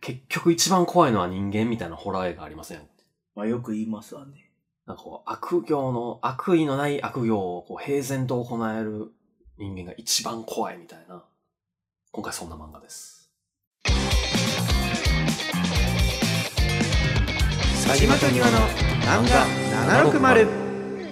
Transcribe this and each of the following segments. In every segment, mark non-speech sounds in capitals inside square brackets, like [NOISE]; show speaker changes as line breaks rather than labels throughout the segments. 結局一番怖いのは人間みたいなホラー映画ありません
まあよく言いますわね。
なんかこう、悪行の、悪意のない悪行をこう平然と行える人間が一番怖いみたいな。今回そんな漫画です。
田島と庭の漫画760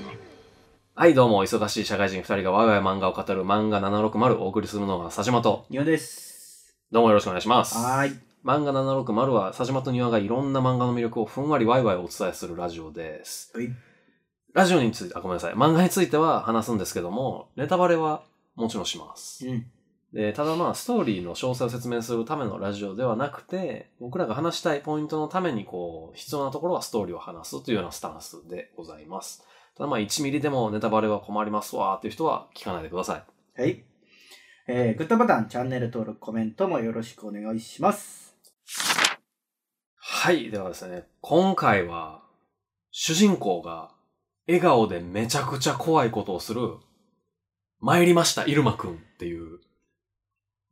はい、どうも、忙しい社会人二人が我が家漫画を語る漫画760をお送りするのが佐島と、
庭です。
どうもよろしくお願いします。
はーい。
漫画760は佐島と庭がいろんな漫画の魅力をふんわりワイワイお伝えするラジオです。
はい
ラジオについて、あ、ごめんなさい。漫画については話すんですけども、ネタバレはもちろんします。
うん。
で、ただまあ、ストーリーの詳細を説明するためのラジオではなくて、僕らが話したいポイントのために、こう、必要なところはストーリーを話すというようなスタンスでございます。ただまあ、1ミリでもネタバレは困りますわーっていう人は聞かないでください。
はい。えー、グッドボタン、チャンネル登録、コメントもよろしくお願いします。
はい。ではですね、今回は、主人公が、笑顔でめちゃくちゃ怖いことをする、参りました、イルマくんっていう、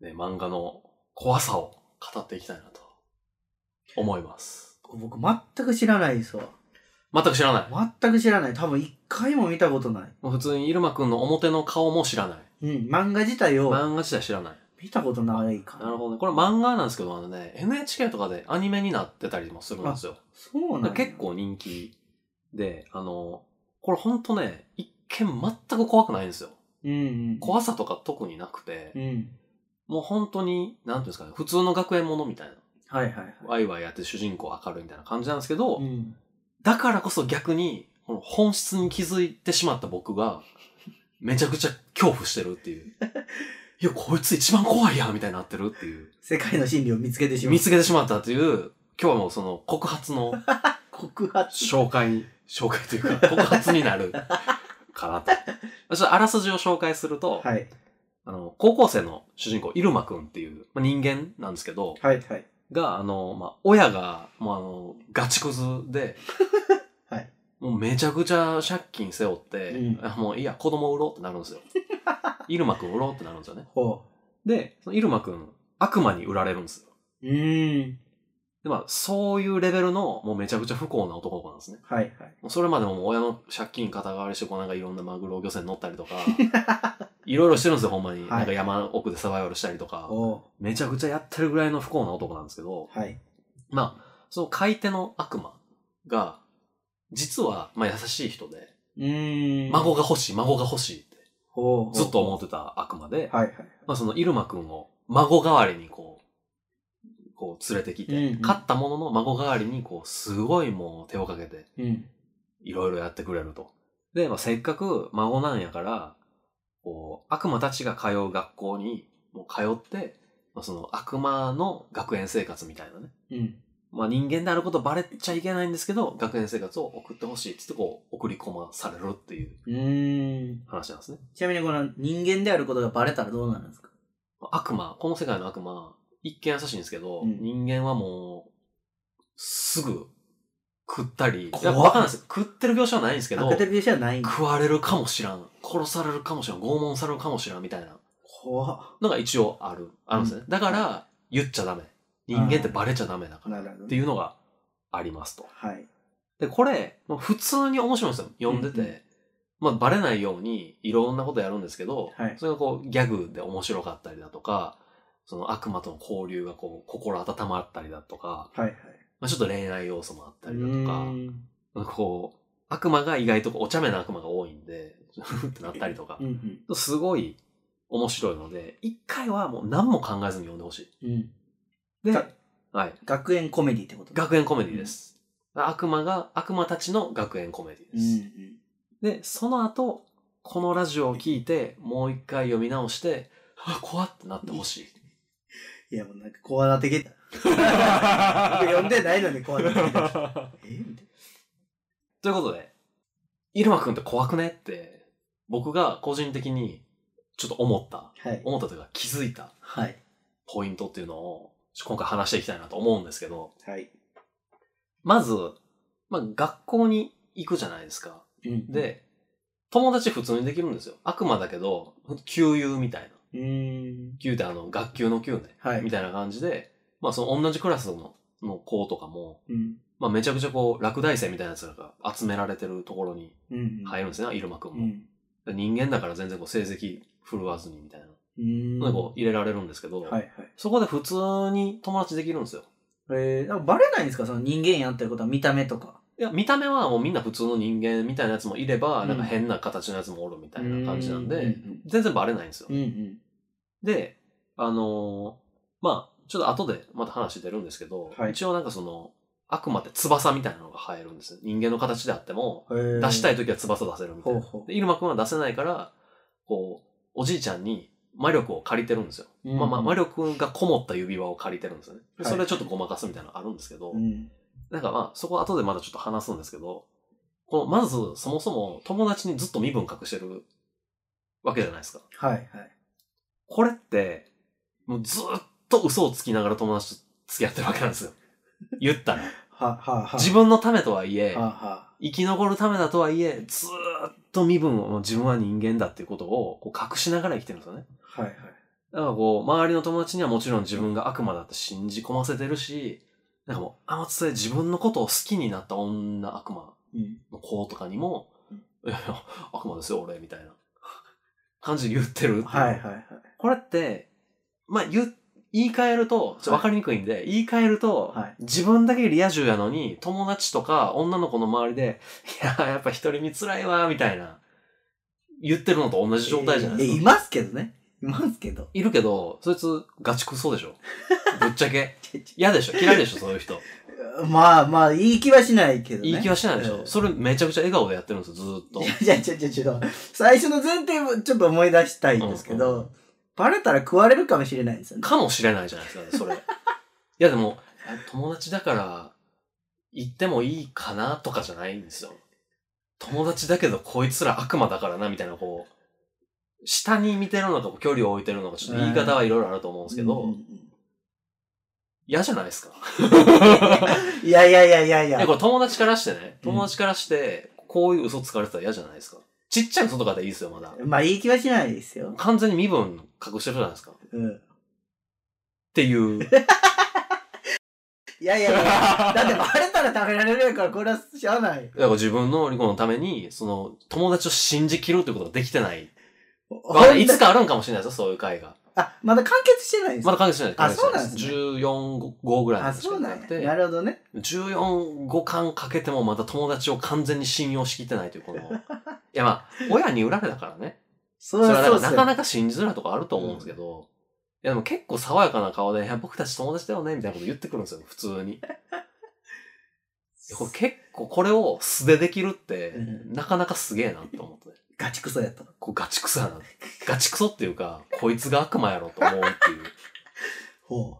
ね、漫画の怖さを語っていきたいなと、思います。
僕、全く知らないですわ。
全く知らない。
全く知らない。多分一回も見たことない。
もう普通にイルマくんの表の顔も知らない。
うん。漫画自体を
漫画自体知らない。
見たことないか
な
ら。
るほどね。これ漫画なんですけど、あのね、NHK とかでアニメになってたりもするんですよ。
そうなんや
結。構人気で、あの、これほんとね、一見全く怖くないんですよ。
うんうん。
怖さとか特になくて、
うん。
もう本当に、なんていうんですかね、普通の学園ものみたいな。
はいはいはい。
ワイワイやって主人公明るいみたいな感じなんですけど、
うん。
だからこそ逆に、この本質に気づいてしまった僕が、めちゃくちゃ恐怖してるっていう。
[LAUGHS]
いや、こいつ一番怖いやんみたいになってるっていう。
世界の真理を見つけてしまう
見。つけてしまったっていう、今日はもうその告発の
告発。
紹介、紹介というか、告発になるか
[LAUGHS]
なと。ちょっとあらすじを紹介すると、
はい。
あの、高校生の主人公、イルマくんっていう、まあ、人間なんですけど、
はいはい。、
が、あの、まあ、親が、もうあの、ガチクズで
[LAUGHS] はい。
もうめちゃくちゃ借金背負って、
うん
あもういいや、子供売ろうってなるんです
[LAUGHS]
よ。イルマくん売ろうってなるんですよね。
ほ
で、そのイルマくん、悪魔に売られるんですよ。
う。うーん。
で、まあ、そういうレベルの、もうめちゃくちゃ不幸な男の子なんですね。
はいはい。
もうそれまでももう親の借金肩代わりして、こうなんかいろんなマグロ漁船乗ったりと
[LAUGHS]
か、いろいろしてるんですよ、ほんまに。
い
なんか山奥でサバイバルしたりとか、
ほ
めちゃくちゃやってるぐらいの不幸な男なんですけど、
う。はい。
まあ、その買い手の悪魔が、実は、まあ優しい人で、
うーん。
孫が欲しい、孫が欲しいって、
ほう。
ずっと思ってた悪魔で、
はいはい。
まあそのイルマくんを孫代わりにこう、こう連れてきて、
うんうん
勝ったものの孫代わりにこう、すごいもう手をかけて、
うん。
いろいろやってくれると。で、まあせっかく孫なんやから、こう、悪魔たちが通う学校に、もう通って、まあその悪魔の学園生活みたいなね。
うん。
まあ、人間であることバレちゃいけないんですけど、学園生活を送ってほしいっつってこう、送り込まされるっていう
うーん。
話なんですね。
ちなみにこの人間であることがバレたらどうなるんですか
悪魔、この世界の悪魔、一見優しいんですけど、
うん
人間はもう、すぐ、食ったり、
怖っ
いやわかんないですよ。食ってる描写はないんですけど
ア、クテビューじゃないんだ。
食われるかもしらん、殺されるかもしらん、拷問されるかもしらんみたいな
怖っ
のが一応ある、あるんですね。だから、言っちゃダメ。人間ってバレちゃダメだから
なるほど。
っていうのがありますと。
はい。
で、これ、まあ普通に面白いんですよ。読んでて。
うんうん
まあ、バレないようにいろんなことやるんですけど、
はい
それがこう、ギャグで面白かったりだとか、その悪魔との交流がこう、心温まったりだとか、
はいはい。
まあ、ちょっと恋愛要素もあったりだ
う
とか
ー、ん
なんかこう、悪魔が意外とこうお茶目な悪魔が多いんで、 [LAUGHS] ふってなったりとか
う、ん
すごい面白いので、一回はもう何も考えずに読んでほし
うん。うん。
い。で
が、
はい。
学園コメディってこと
学園コメディです。悪魔が、悪魔たちの学園コメディ
う
で
ん
す。
うん。
で、その後、このラジオを聞いて、もう一回読み直して、あ、怖ってなってほしい。
いやもうなんか怖なってきた。僕読んでないのに怖なってきた。えみたい
ということで、イルマくんって怖くねって、僕が個人的にちょっと思った、
な。はい。
思ったというか気づいた
はい。
ポイントっていうのを、ちょ今回話していきたいなと思うんですけど、
はい。
まず、まあ、学校に行くじゃないですか。
うん、
で、友達普通にできるんですよ。悪魔だけど、給油みたいな。
うーん。
給ってあの、学級の給ね。
はい
みたいな感じで、まあその同じクラスのの子とかも、
うん。
まあめちゃくちゃこう、落第生みたいなやつらが集められてるところに
うん。
入るんですね、入間くん
う
も。
ん。
で人間だから全然こう成績振るわずにみたいな。
うん。
のでこう入れられるんですけど、
はいはい。
そこで普通に友達できるんですよ。
えー、なんかバレないんですかその人間やってることは見た目とか。
いや、見た目はもうみんな普通の人間みたいなやつもいれば、
うん
なんか変な形のやつもおるみたいな感じなんで、
うん
全然バレないんですよ。
うんうん。
で、あのーまあ、ちょっと後でまた話出るんですけど、
はい
一応なんかその、あくまで翼みたいなのが生えるんですよ。人間の形であっても、
えー
出したい時は翼出せるみたいな。
ほうほう
で、イルマくんは出せないから、こう、おじいちゃんに魔力を借りてるんですよ。
うん
まあまあ、魔力がこもった指輪を借りてるんですよね。で
はい
それをちょっとごまかすみたいなのあるんですけど、
うん。
なんかまあ、そこは後でまだちょっと話すんですけど、この、まず、そもそも友達にずっと身分隠してるわけじゃないですか。
はいはい。
これって、もうずっと嘘をつきながら友達と付き合ってるわけなんですよ。言ったら。
[LAUGHS] は、は、は。
自分のためとはいえ
は、、は。
生き残るためだとはいえ、ずーっと身分を、もう自分は人間だっていうことをこう隠しながら生きてるんですよね。
はいはい。
だからこう、周りの友達にはもちろん自分が悪魔だって信じ込ませてるし、なんかもう、あのつえ自分のことを好きになった女悪魔
うん。
の子とかにも、いやいや、悪魔ですよ、俺、みたいな [LAUGHS] 感じで言ってるっていう
はいはいはい。
これって、まあ、言う、言い換えると、ちょっとわかりにくいんで、言い換えると、
はい
自分だけリア充やのに、友達とか女の子の周りで、いやー、やっぱ一人見辛いわ、みたいな、言ってるのと同じ状態じゃないです
え
か。
いますけどね。いますけど。
いるけど、そいつ、ガチクソで
[LAUGHS]
しょぶっちゃけ。嫌でしょ嫌いでしょそういう人。
まあまあ、言い気はしないけどね。
言い気はしないでしょ、
ええ
それめちゃくちゃ笑顔でやってるんですよ、ずーっと。
いやいやいやいやいや最初の前提をちょっと思い出したいんですけど、
うんうん
バレたら食われるかもしれないんですよね。
かもしれないじゃないですか、そ
[LAUGHS]
れ。いやでも、あ友達だから、行ってもいいかなとかじゃないんですよ。友達だけどこいつら悪魔だからな、みたいな、こう、下に見てるのと距離を置いてるのが、ちょっと言い方はいろいろあると思うんですけ
うんう
ど
ん、
嫌じゃないですか。
うんいやいやいやいやいや
え、こ。れ友達からしてね、
うん
友達からして、こういう嘘つかれてたら嫌じゃないですか。ちっちゃい嘘とかでいいですよ、まだ。
まあ、言い気はしないですよ。
完全に身分隠してるじゃないですか。っ
うん。
ていう。
いやいやいや。だってバレたら食べられるから、これはしゃあない。
だから自分のリコのために、その、友達を信じきるってことができてない。
ほ
ま
ん
だ
で
いつかあるんかもしれないですよ、そういう回が。
あ、まだ完結してないんです
まだ
か
完結してない。
あそうなんですね
14、5ぐらい
あ、
しか
そうなん
く
や。
て
なるほどね。
14、5巻かけてもまだ友達を完全に信用しきってないという、こ
[LAUGHS]
の。いやまあ、親に売られたからね。
そ
そうれはだか
そう
ら
そ
な
う。
かなか信じづらいとこあると思うんですけど、いやでも結構爽やかな顔で、いや僕たち友達だよね、みたいなこと言ってくるんですよ、普通
[LAUGHS]
に。これ結構これを素でできるって、
う
なかなかすげえなって思って。
ガチクソやと。
こうガチクソやな。ガチクソっていうか、こいつが悪魔やろと思うっていう
ほ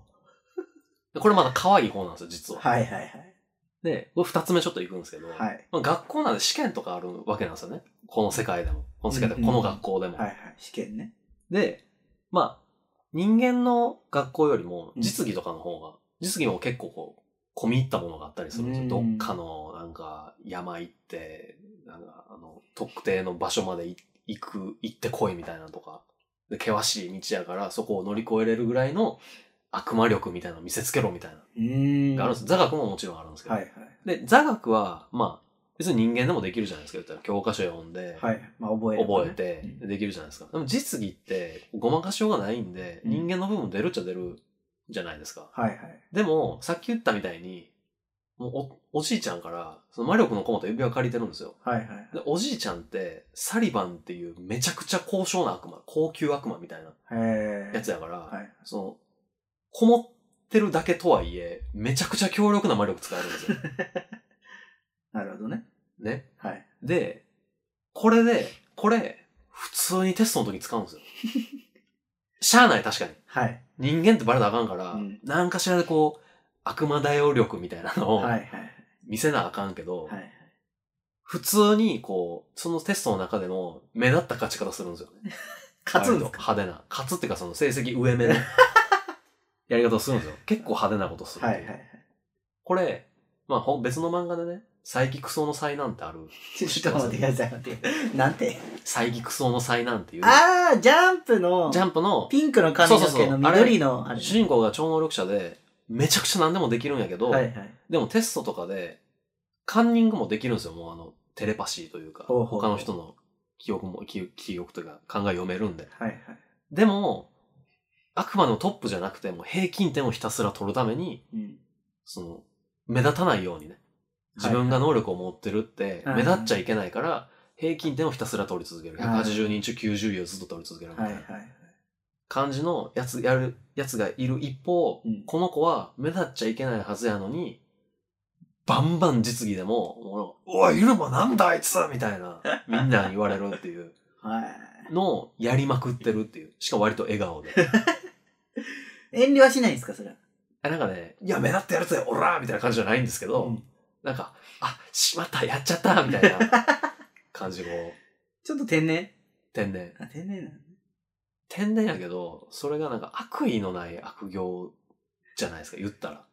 で。これまだ可愛い方なんですよ、実
う。
は。
はいはいはい。
で、これ二つ目ちょっと行くんですけど、
はい。
まあ、学校なんで試験とかあるわけなんですよね。この世界でも。この世界でも、
うん
こ
うん
の学校でも。
はいはい。試験ね。
で、まあ、人間の学校よりも、
うん
実技とかの方が、実技も結構こう、込み入ったものがあったりするんですよ。
う
ど
ん
っかの、なんか、山行って、なんか、あの、特定の場所までい行く、行ってこいみたいなのとか。で、険しい道やから、そこを乗り越えれるぐらいの悪魔力みたいなの見せつけろみたいな。
うーん。
があるんです。座学ももちろんあるんですけど。
はいはい。
で、座学は、まあ、別に人間でもできるじゃないですか。言ったら教科書読んで、
はい。まあ、覚えれば
覚
ね
えて
うん
できるじゃないですか。でも実技ってごまかしようがないんで、
うん
人間の部分出るっちゃ出るじゃないですか。
はいはい。
でも、さっき言ったみたいに、もうおおじいちゃんから、その魔力のこもった指輪借りてるんですよ。
はいはい。
で、おじいちゃんって、サリバンっていうめちゃくちゃ高尚な悪魔、高級悪魔みたいな
へえ。
やつやから、
はい。
その、こもってるだけとはいえ、めちゃくちゃ強力な魔力使えるん
[LAUGHS]
ですよ。
なるほどね。
ね。
はい。
で、これで、これ、普通にテストの時に使うん
[LAUGHS]
ですよ。しゃあない、確かに。
はい。
人間ってバレたらあかんから、
うん
なんかしらでこう、悪魔大王力みたいなのを
はいはい。
見せなあかんけど、
はい。
普通にこう、そのテストの中でも目立った勝ち方するんですよね。
[LAUGHS] 勝つんですか
割と派手な。勝つっていうかその成績上
[LAUGHS]
目のやり方をするんですよ。結構派手なことする
は
っ
い
て
は
いう
いはい。
これ、まあほん別の漫画でね、サイキクソの災難ってある。
ちょっと待ってください。待って。なんて。
サイキクソの災難っていう、
あー、ジャンプの
ジ、ャンプの
ピンクの髪の
そうそう
毛
そ
の
う
緑の、あれ。
主人公が超能力者で、めちゃくちゃ何でもできるんやけど、
はいはい。
でもテストとかで、カンニングもできるんですよ。もうあの、テレパシーというか、
ほうほう
他の人の記憶も、記記憶というか考え読めるんで。
はいはい。
でも、あくまでもトップじゃなくて、もう平均点をひたすら取るために、
うん。
その、目立たないようにね。自分が能力を持ってるって、
はい
目立っちゃいけないから、平均点をひたすら取り続ける。
はい
180人中90位をずっと取り続けるみた
はいい
な
はい。
感じのやつ、やる、やつがいる一方、
うん
この子は目立っちゃいけないはずやのに、バンバン実技でも、もうおい、いるもんなんだあいつみたい
[LAUGHS]
な、みんなに言われるっていう
はい。
のをやりまくってるっていう。しかも割と笑顔
[LAUGHS]
で。
遠慮はしないんですか、それは。 [LAUGHS]
あなんかね、いや、目立ってやるぜ、オラーみたいな感じじゃないんですけど、
うん
なんか、あ、しまった、やっちゃったみたい
[LAUGHS]
な感じ、こう、
ちょっと天然
天然。
あ、天然なの
天然やけど、それがなんか悪意のない悪行じゃないですか、言ったら。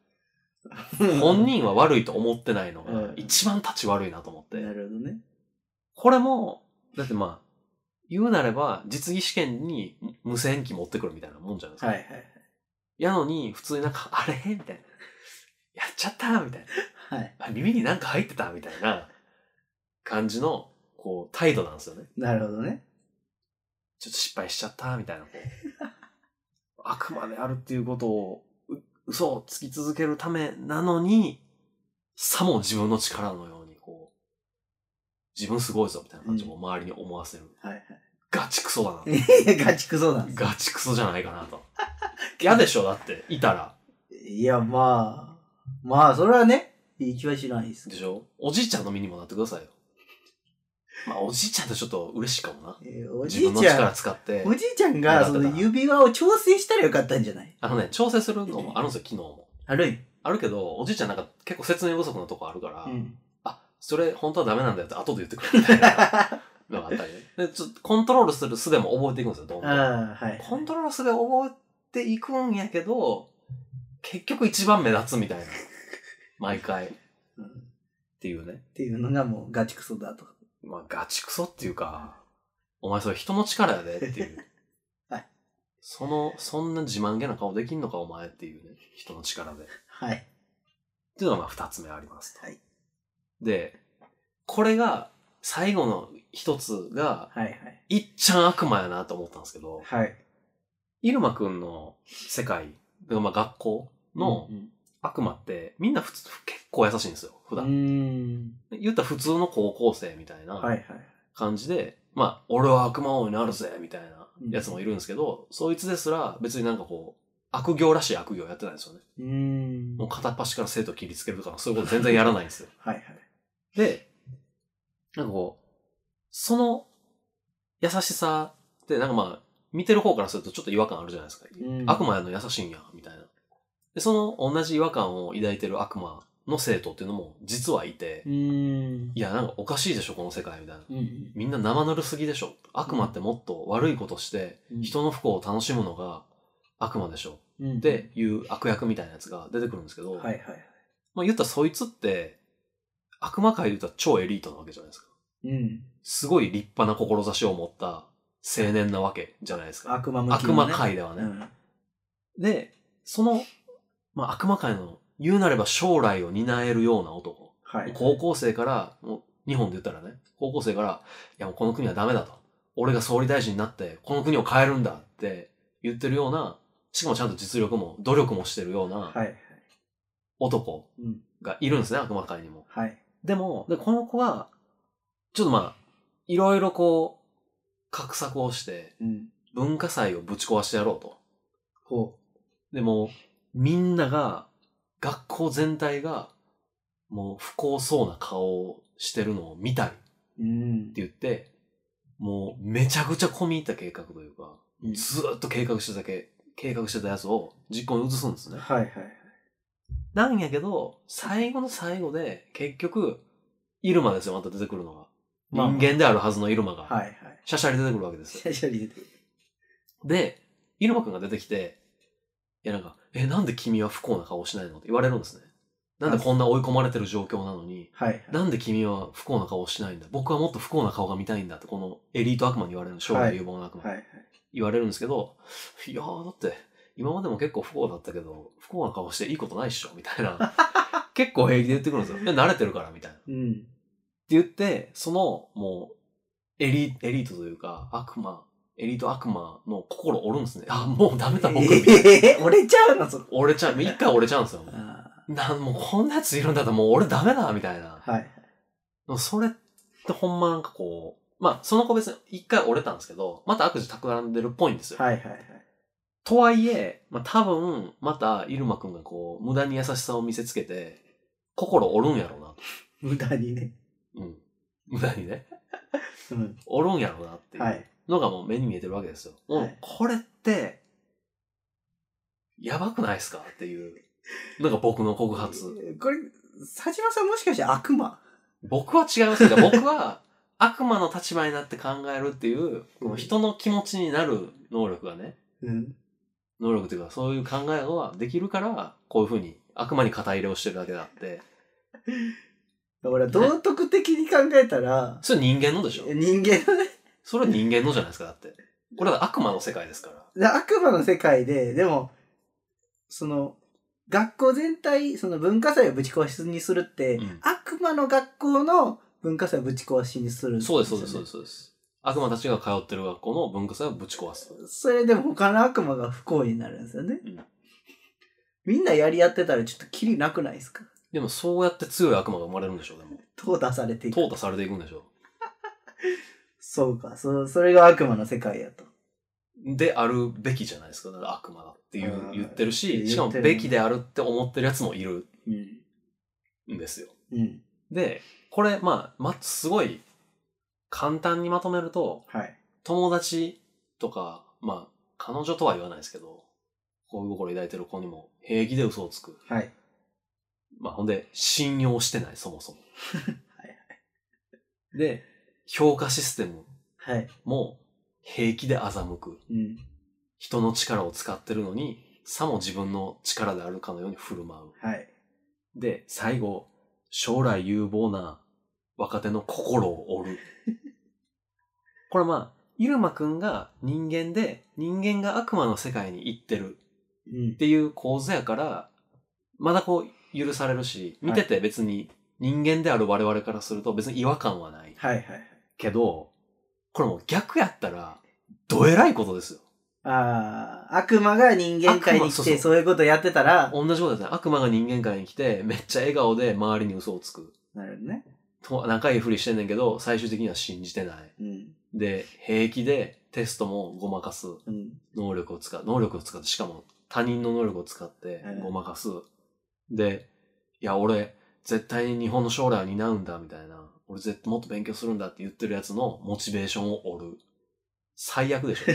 本人は悪いと思ってないの
う
が
ん、
一番立ち悪いなと思って。
なるほどね。
これも、だってまあ、言うなれば、実技試験に無線機持ってくるみたいなもんじゃないですか。
はいはい。
やのに、普通になんか、あれみたいな。やっちゃったみたいな。
はい。
あ耳になんか入ってたみたいな感じの、こう、態度なんですよね。
なるほどね。 [LAUGHS]
ちょっと失敗しちゃったみたいな、こう。 [LAUGHS] あくまであるっていうことを、う嘘をつき続けるためなのに、さも自分の力のように、こう、自分すごいぞみたいな感じを周りに思わせる。
はいはい。
ガチクソだな。
[LAUGHS] いやガチクソなんです
ガチクソじゃないかな
[LAUGHS]
と。嫌でしょだって、いたら。
いや、まあ、まあ、それはね、いい気はしないです
で
けど。
しょおじいちゃんの身にもなってくださいよ。まあ、おじいちゃんとちょっと嬉しいかもな。
えーお
自
じい
分の
ちゃ
力
ん、
使って
お。じいちゃんが、そ
だから
の指輪を調整したらよかったんじゃない
あのね、調整するのもあるんですよ、機能も。
あるい。
あるけど、おじいちゃんなんか結構説明不足なとこあるから、
うん。 [LAUGHS]
あ、それ本当はダメなんだよって後で言ってくるみたいなのがあったりね。で、
[LAUGHS]
ちょっとコントロールするすでも覚えていくんですよ、どんどん。
ああ、はい。
コントロールすで覚えていくんやけど、結局一番目立つみたいな。毎回。っ
うんって
いうね。
ていうのがもうガチクソだと。
まあ、ガチクソっていうか、お前それ人の力やでっていう。
[LAUGHS] はい
その、そんな自慢げな顔できんのかお前っていうね。人の力で。
はい。
っていうのがまあ二つ目ありますと。
はい
で、これが最後の一つが、
はいはい。
いっちゃん悪魔やなと思ったんですけど、
はい。
イルマくんの世界、でまあ学校の
うん
悪魔ってみんな普通結構優しいんですよ、普
うん、う
段。
ーん。
言ったら普通の高校生みたい
はい
な
はい。
感じで、まあ俺は悪魔王になるぜみたいなやつもいるんですけど、そいつですら別になんかこう、悪行らしい悪行やってないんですよね。
うーん。
もう片っ端から生徒切りつけるとかそういうこと全然やらないんですよ。
はいはい。
で、なんかこう、その優しさって、なんかまあ、見てる方からするとちょっと違和感あるじゃないですか。
うん
悪魔やの優しいんや、みたいな。で、その同じ違和感を抱いてる悪魔の生徒っていうのも実はいて
う、ーん。
いや、なんかおかしいでしょ、この世界、みたいな。
うんうん
みんな生ぬるすぎでしょ。悪魔ってもっと悪いことして、
うん。
人の不幸を楽しむのが悪魔でしょ。
うん
っていう悪役みたいなやつが出てくるんですけど、
はいはい。
まあ言ったらそいつって、悪魔界で言ったら超エリートなわけじゃないですか。
うん。
すごい立派な志を持った青年なわけじゃないですか。
悪魔向き
悪
の
魔
ね
界では
う
ね。
ん。
で、その、まあ、悪魔界の、言うなれば将来を担えるような男。
はい。
高校生から、もう日本で言ったらね、高校生から、いやもうこの国はダメだと。俺が総理大臣になって、この国を変えるんだって言ってるような、しかもちゃんと実力も努力もしてるような
はいはい。
男
うん。
がいるんですね、悪魔界にも。
はい。
でも、で、この子は、ちょっとまあ、いろいろこう、格策をして、
うん。
文化祭をぶち壊してやろうと。
ほ
でも、みんなが、学校全体が、もう不幸そうな顔をしてるのを見たいって
う。うん。
言って、もうめちゃくちゃ込み入った計画というか、
うん
ずーっと計画してたけ、計画してたやつを実行に移すんですね。
はいはい。
なんやけど、最後の最後で、結局、イルマですよ、また出てくるのが。
まあ
人間であるはずのイルマが、
はいはい。
シャシャリ出てくるわけですよ
シャシャリ出てくる。
で、イルマくんが出てきて、いやなんか、え、なんで君は不幸な顔しないのって言われるんですね。なんでこんな追い込まれてる状況なのに、
はいはい。
なんで君は不幸な顔しないんだ僕はもっと不幸な顔が見たいんだって、このエリート悪魔に言われる、将来有望な悪魔。
はいはい。
言われるんですけど、いやーだって、今までも結構不幸だったけど、不幸な顔していいことないっしょ、みたい
[LAUGHS]
な。結構平気で言ってくるんですよ。いや慣れてるから、みたいな。って
うん。
言って、その、もう、エリエリートというか、悪魔、エリート悪魔の心折るんですね。あ、もうダメだ、僕。みたいな
えー、折れちゃうの、そこ。
折れちゃう、一回折れちゃうんですよ。
あ
なん、もうこんなやついるんだったらもう俺ダメだ、みたいな。
ーはい。
でもそれってほんまなんかこう、まあ、その子別に一回折れたんですけど、また悪事企んでるっぽいんですよ。
はいはいはい。
とはいえ、まあ、多分、また、イルマくんがこう、無駄に優しさを見せつけて、心折るんやろうなと。
無駄にね。
うん。無駄にね。
うん。
折るんやろうなってい
は
う
い。
のがもう目に見えてるわけですよ。も
は
う
い、
これって、やばくないですかっていう。なんか僕の告発。
これ、佐島さんもしかして悪魔
僕は違いますけど、 [LAUGHS] 僕は、悪魔の立場になって考えるっていう、この人の気持ちになる能力がね、
うん。
能力というか、そういう考えができるから、こういうふうに悪魔に肩入れをしてるだけだって、
だから、道徳的に考えたら、
それ人間のでしょ
人間のね、
それは人間のじゃないですか、だって。これは悪魔の世界ですから。
悪魔の世界で、でも、その、学校全体、その文化祭をぶち壊しにするって、
うん
悪魔の学校の文化祭をぶち壊しにするん
そうです、そうです、そうですす、そうです。悪魔たちが通ってる学校の文化祭をぶち壊す
よ。ね。それでも他の悪魔が不幸になるんですよね。
うん
みんなやり合ってたらちょっとキリなくないですか
でもそうやって強い悪魔が生まれるんでしょう、でも。
淘汰されていく。
淘汰されていくんでしょ
そうか、そそれが悪魔の世界やと。
う。であるべきじゃないですか、だから悪魔だっていう
うん
言ってる
言って
し、
る
しかもべきであるって思ってるやつもいる
うん。
んですよ。
うん。
で、これ、まあ、ま、すごい簡単にまとめると、
はい。
友達とか、まあ、彼女とは言わないですけど、恋心抱いてる子にも平気で嘘をつく。
はい。
まあ、ほんで、信用してない、そも
[LAUGHS]
そも。で、評価システム
はい。
も平気で欺く。
うん。
人の力を使ってるのに、さも自分の力であるかのように振る舞う。
はい。
で、最後、将来有望な若手の心を折る。これまあ、イルマくんが人間で、人間が悪魔の世界に行ってる
うん
っ。ていう構図やから、まだこう許されるし、見てて別に人間である我々からすると別に違和感はない。
はいはいはい。
けど、これもう逆やったら、どえらいことですよ。
ああ、悪魔が人間界に
悪魔そう
来
そう
てそういうことやってたら、
同じことですね。悪魔が人間界に来て、めっちゃ笑顔で周りに嘘をつく。
なるほどね。
と仲いいふりしてんねんけど、最終的には信じてない。
うん。
で、平気でテストもごまかす。
うん。
能力を使う。能力を使って、しかも他人の能力を使って
うん
ごまかす。で、いや、俺、絶対に日本の将来を担うんだ、みたいな。俺、絶対もっと勉強するんだって言ってるやつのモチベーションを折る。最悪でしょ。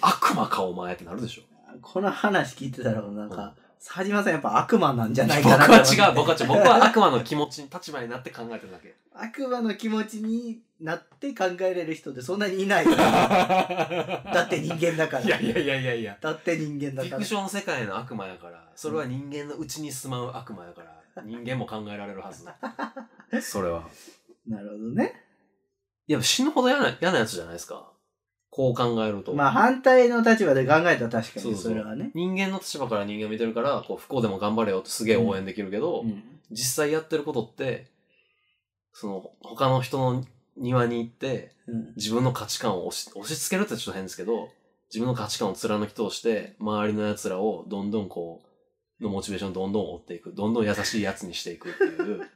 悪魔か、お前ってなるでしょ。
この話聞いてたら、なん
うん
か、佐島さんやっぱ悪魔なんじゃない
僕
か
は
な
違う、
と
僕は
思っ
違
て
う。僕は悪魔の気持ちに、立場になって考えてるだ [LAUGHS] け。
悪魔の気持ちになって考えれる人ってそんなにい
[LAUGHS]
ないだ
だ
って人間だから。
いやいやいやいやいや。
だって人間
フ
だ
ィ
か
ク
ら。
ション世界の悪魔やから、それは人間のうちに住まう悪魔やから、人間も考えられるはず。 [LAUGHS] それは。
なるほどね。
いや、死ぬほど嫌な、嫌なやつじゃないですか。こう考えると。
まあ反対の立場で考えたら確か
そう
に
そ
そうれはね。
人間の立場から人間見てるから、こう、不幸でも頑張れよってすげえ応援できるけど、
うん
実際やってることって、その、他の人の庭に行って、
うん
自分の価値観を押し押し付けるってちょっと変ですけど、自分の価値観を貫き通して、周りの奴らをどんどんこう、のモチベーションどんどん追っていく。どんどん優しい奴にしていくっていう。 [LAUGHS]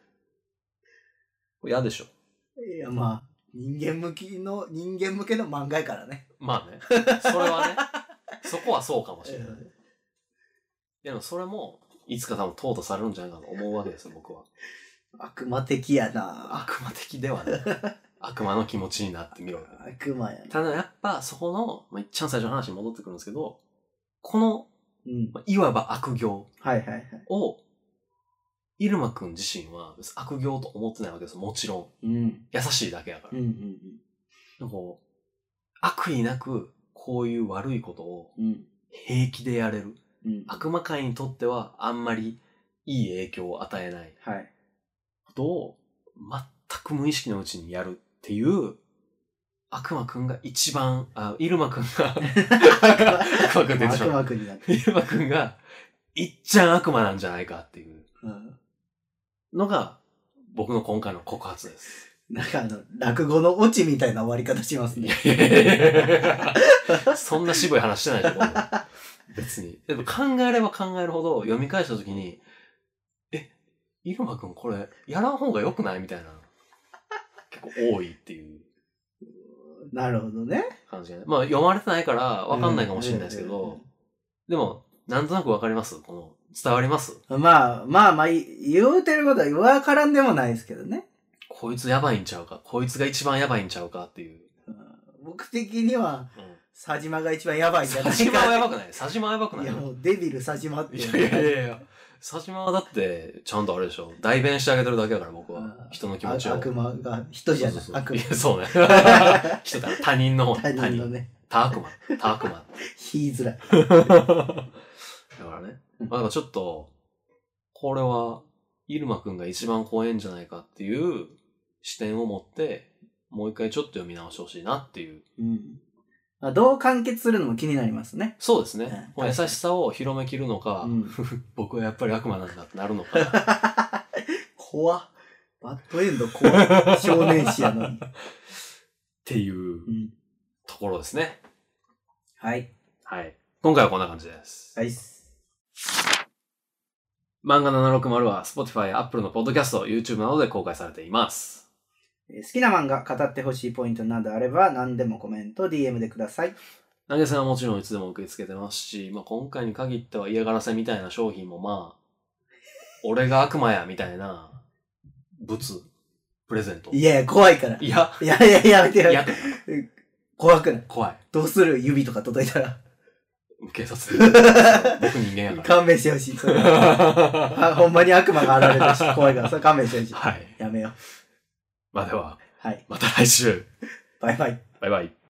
これ嫌でしょ。
いやまあ、人間向きの、人間向けの漫画やからね。
まあね。それはね。 [LAUGHS] そこはそうかもしれない。でもそれも、いつか多分淘汰されるんじゃないかと思うわけですよ、僕は。
悪魔的やな
悪魔的ではない。 [LAUGHS] 悪魔の気持ちになってみろよ。
悪魔やな
ただやっぱそこの、まあ、いっちゃん最初の話に戻ってくるんですけど、この、
うん。
まあいわば悪行
はいはいはい。
を、イルマくん自身は別に悪行と思ってないわけですよ。もちろん。
うん。
優しいだけやから。
うんうん
なんかこう悪意なく、こういう悪いことを
うん。うん。
平気でやれる。
うん。
悪魔界にとってはあんまりいい影響を与えない
はい。
ことを全く無意識のうちにやるっていう悪魔くんが一番、あ、イルマくんが、悪魔くん出てし
悪
まう。
魔くんになって。
イルマくんが、いっちゃん悪魔なんじゃないかっていう
うん
のが、僕の今回の告発
[LAUGHS]
です。
なんかあの、落語のオチみたいな終わり方
[LAUGHS]
しますね。
そんな渋い話してないでしょ僕、別に。でも考えれば考えるほど読み返したときに、え、イルマくんこれ、やらん方が良くないみたいな。結構多いっていう
なるほどね。
感じがね。まあ読まれてないからわかんないかもしれないですけど、
うんうんうん
でも、なんとなくわかりますこの、伝わります
まあまあまあ、い言うてることはわからんでもないですけどね。
こいつやばいんちゃうかこいつが一番やばいんちゃうかっていう。
僕的には、
うん。 [LAUGHS]
佐島が一番やばいんじゃな
佐
いか。
島はやばくない佐島はやばくない
いやもうデビル佐島って。
いやいやいやいや。佐島はだって、ちゃんとあれでしょ。代弁してあげてるだけだから、僕は
あ。
人の気持
あ
ちを。
悪魔が人じゃない。
そうそうそう
悪
い
魔
や。
[LAUGHS]
そうね。人だ。他人の方
他人
他
の。ね、
人他悪魔。他悪魔。
言いづらい。
だからね。まあ、だからちょっと、これは、イルマくんが一番怖いんじゃないかっていう視点を持って、もう一回ちょっと読み直してほしいなっていう。
うん。まあ、どう完結するのも気になりますね。
そうです
うん
ね。この優しさを広めきるのか、
うん。
[LAUGHS] 僕はやっぱり悪魔なんだってなるのか。
[LAUGHS] 怖っバッドエンド怖っ [LAUGHS] 少年誌やのに。
っていう
[LAUGHS] うん。
ところですね。
はい。
はい。今回はこんな感じです。
はい。
漫画760は Spotify や Apple のポッドキャスト、YouTube などで公開されています。
えー好きな漫画、語ってほしいポイントなどあれば、何でもコメント、DM でください。
投げ銭はもちろんいつでも受け付けてますし、まあ、今回に限っては嫌がらせみたいな商品もまあ、俺が悪魔やみたいな、物、プレゼント。
いやいや、怖いから。い
いや、
やいや、やめて
い
や
や
めて。、怖くない。
怖い。
どうする指とか届いたら。
警察で。
[LAUGHS]
僕人間やか
勘弁してほしい。それ [LAUGHS] は
ら。
あほんまに悪魔が現れたし、怖いから、それ勘弁してほしい。
はい。
やめよう。
まあ、では、
はい。
また来週。
バイバイ。
バイバイ。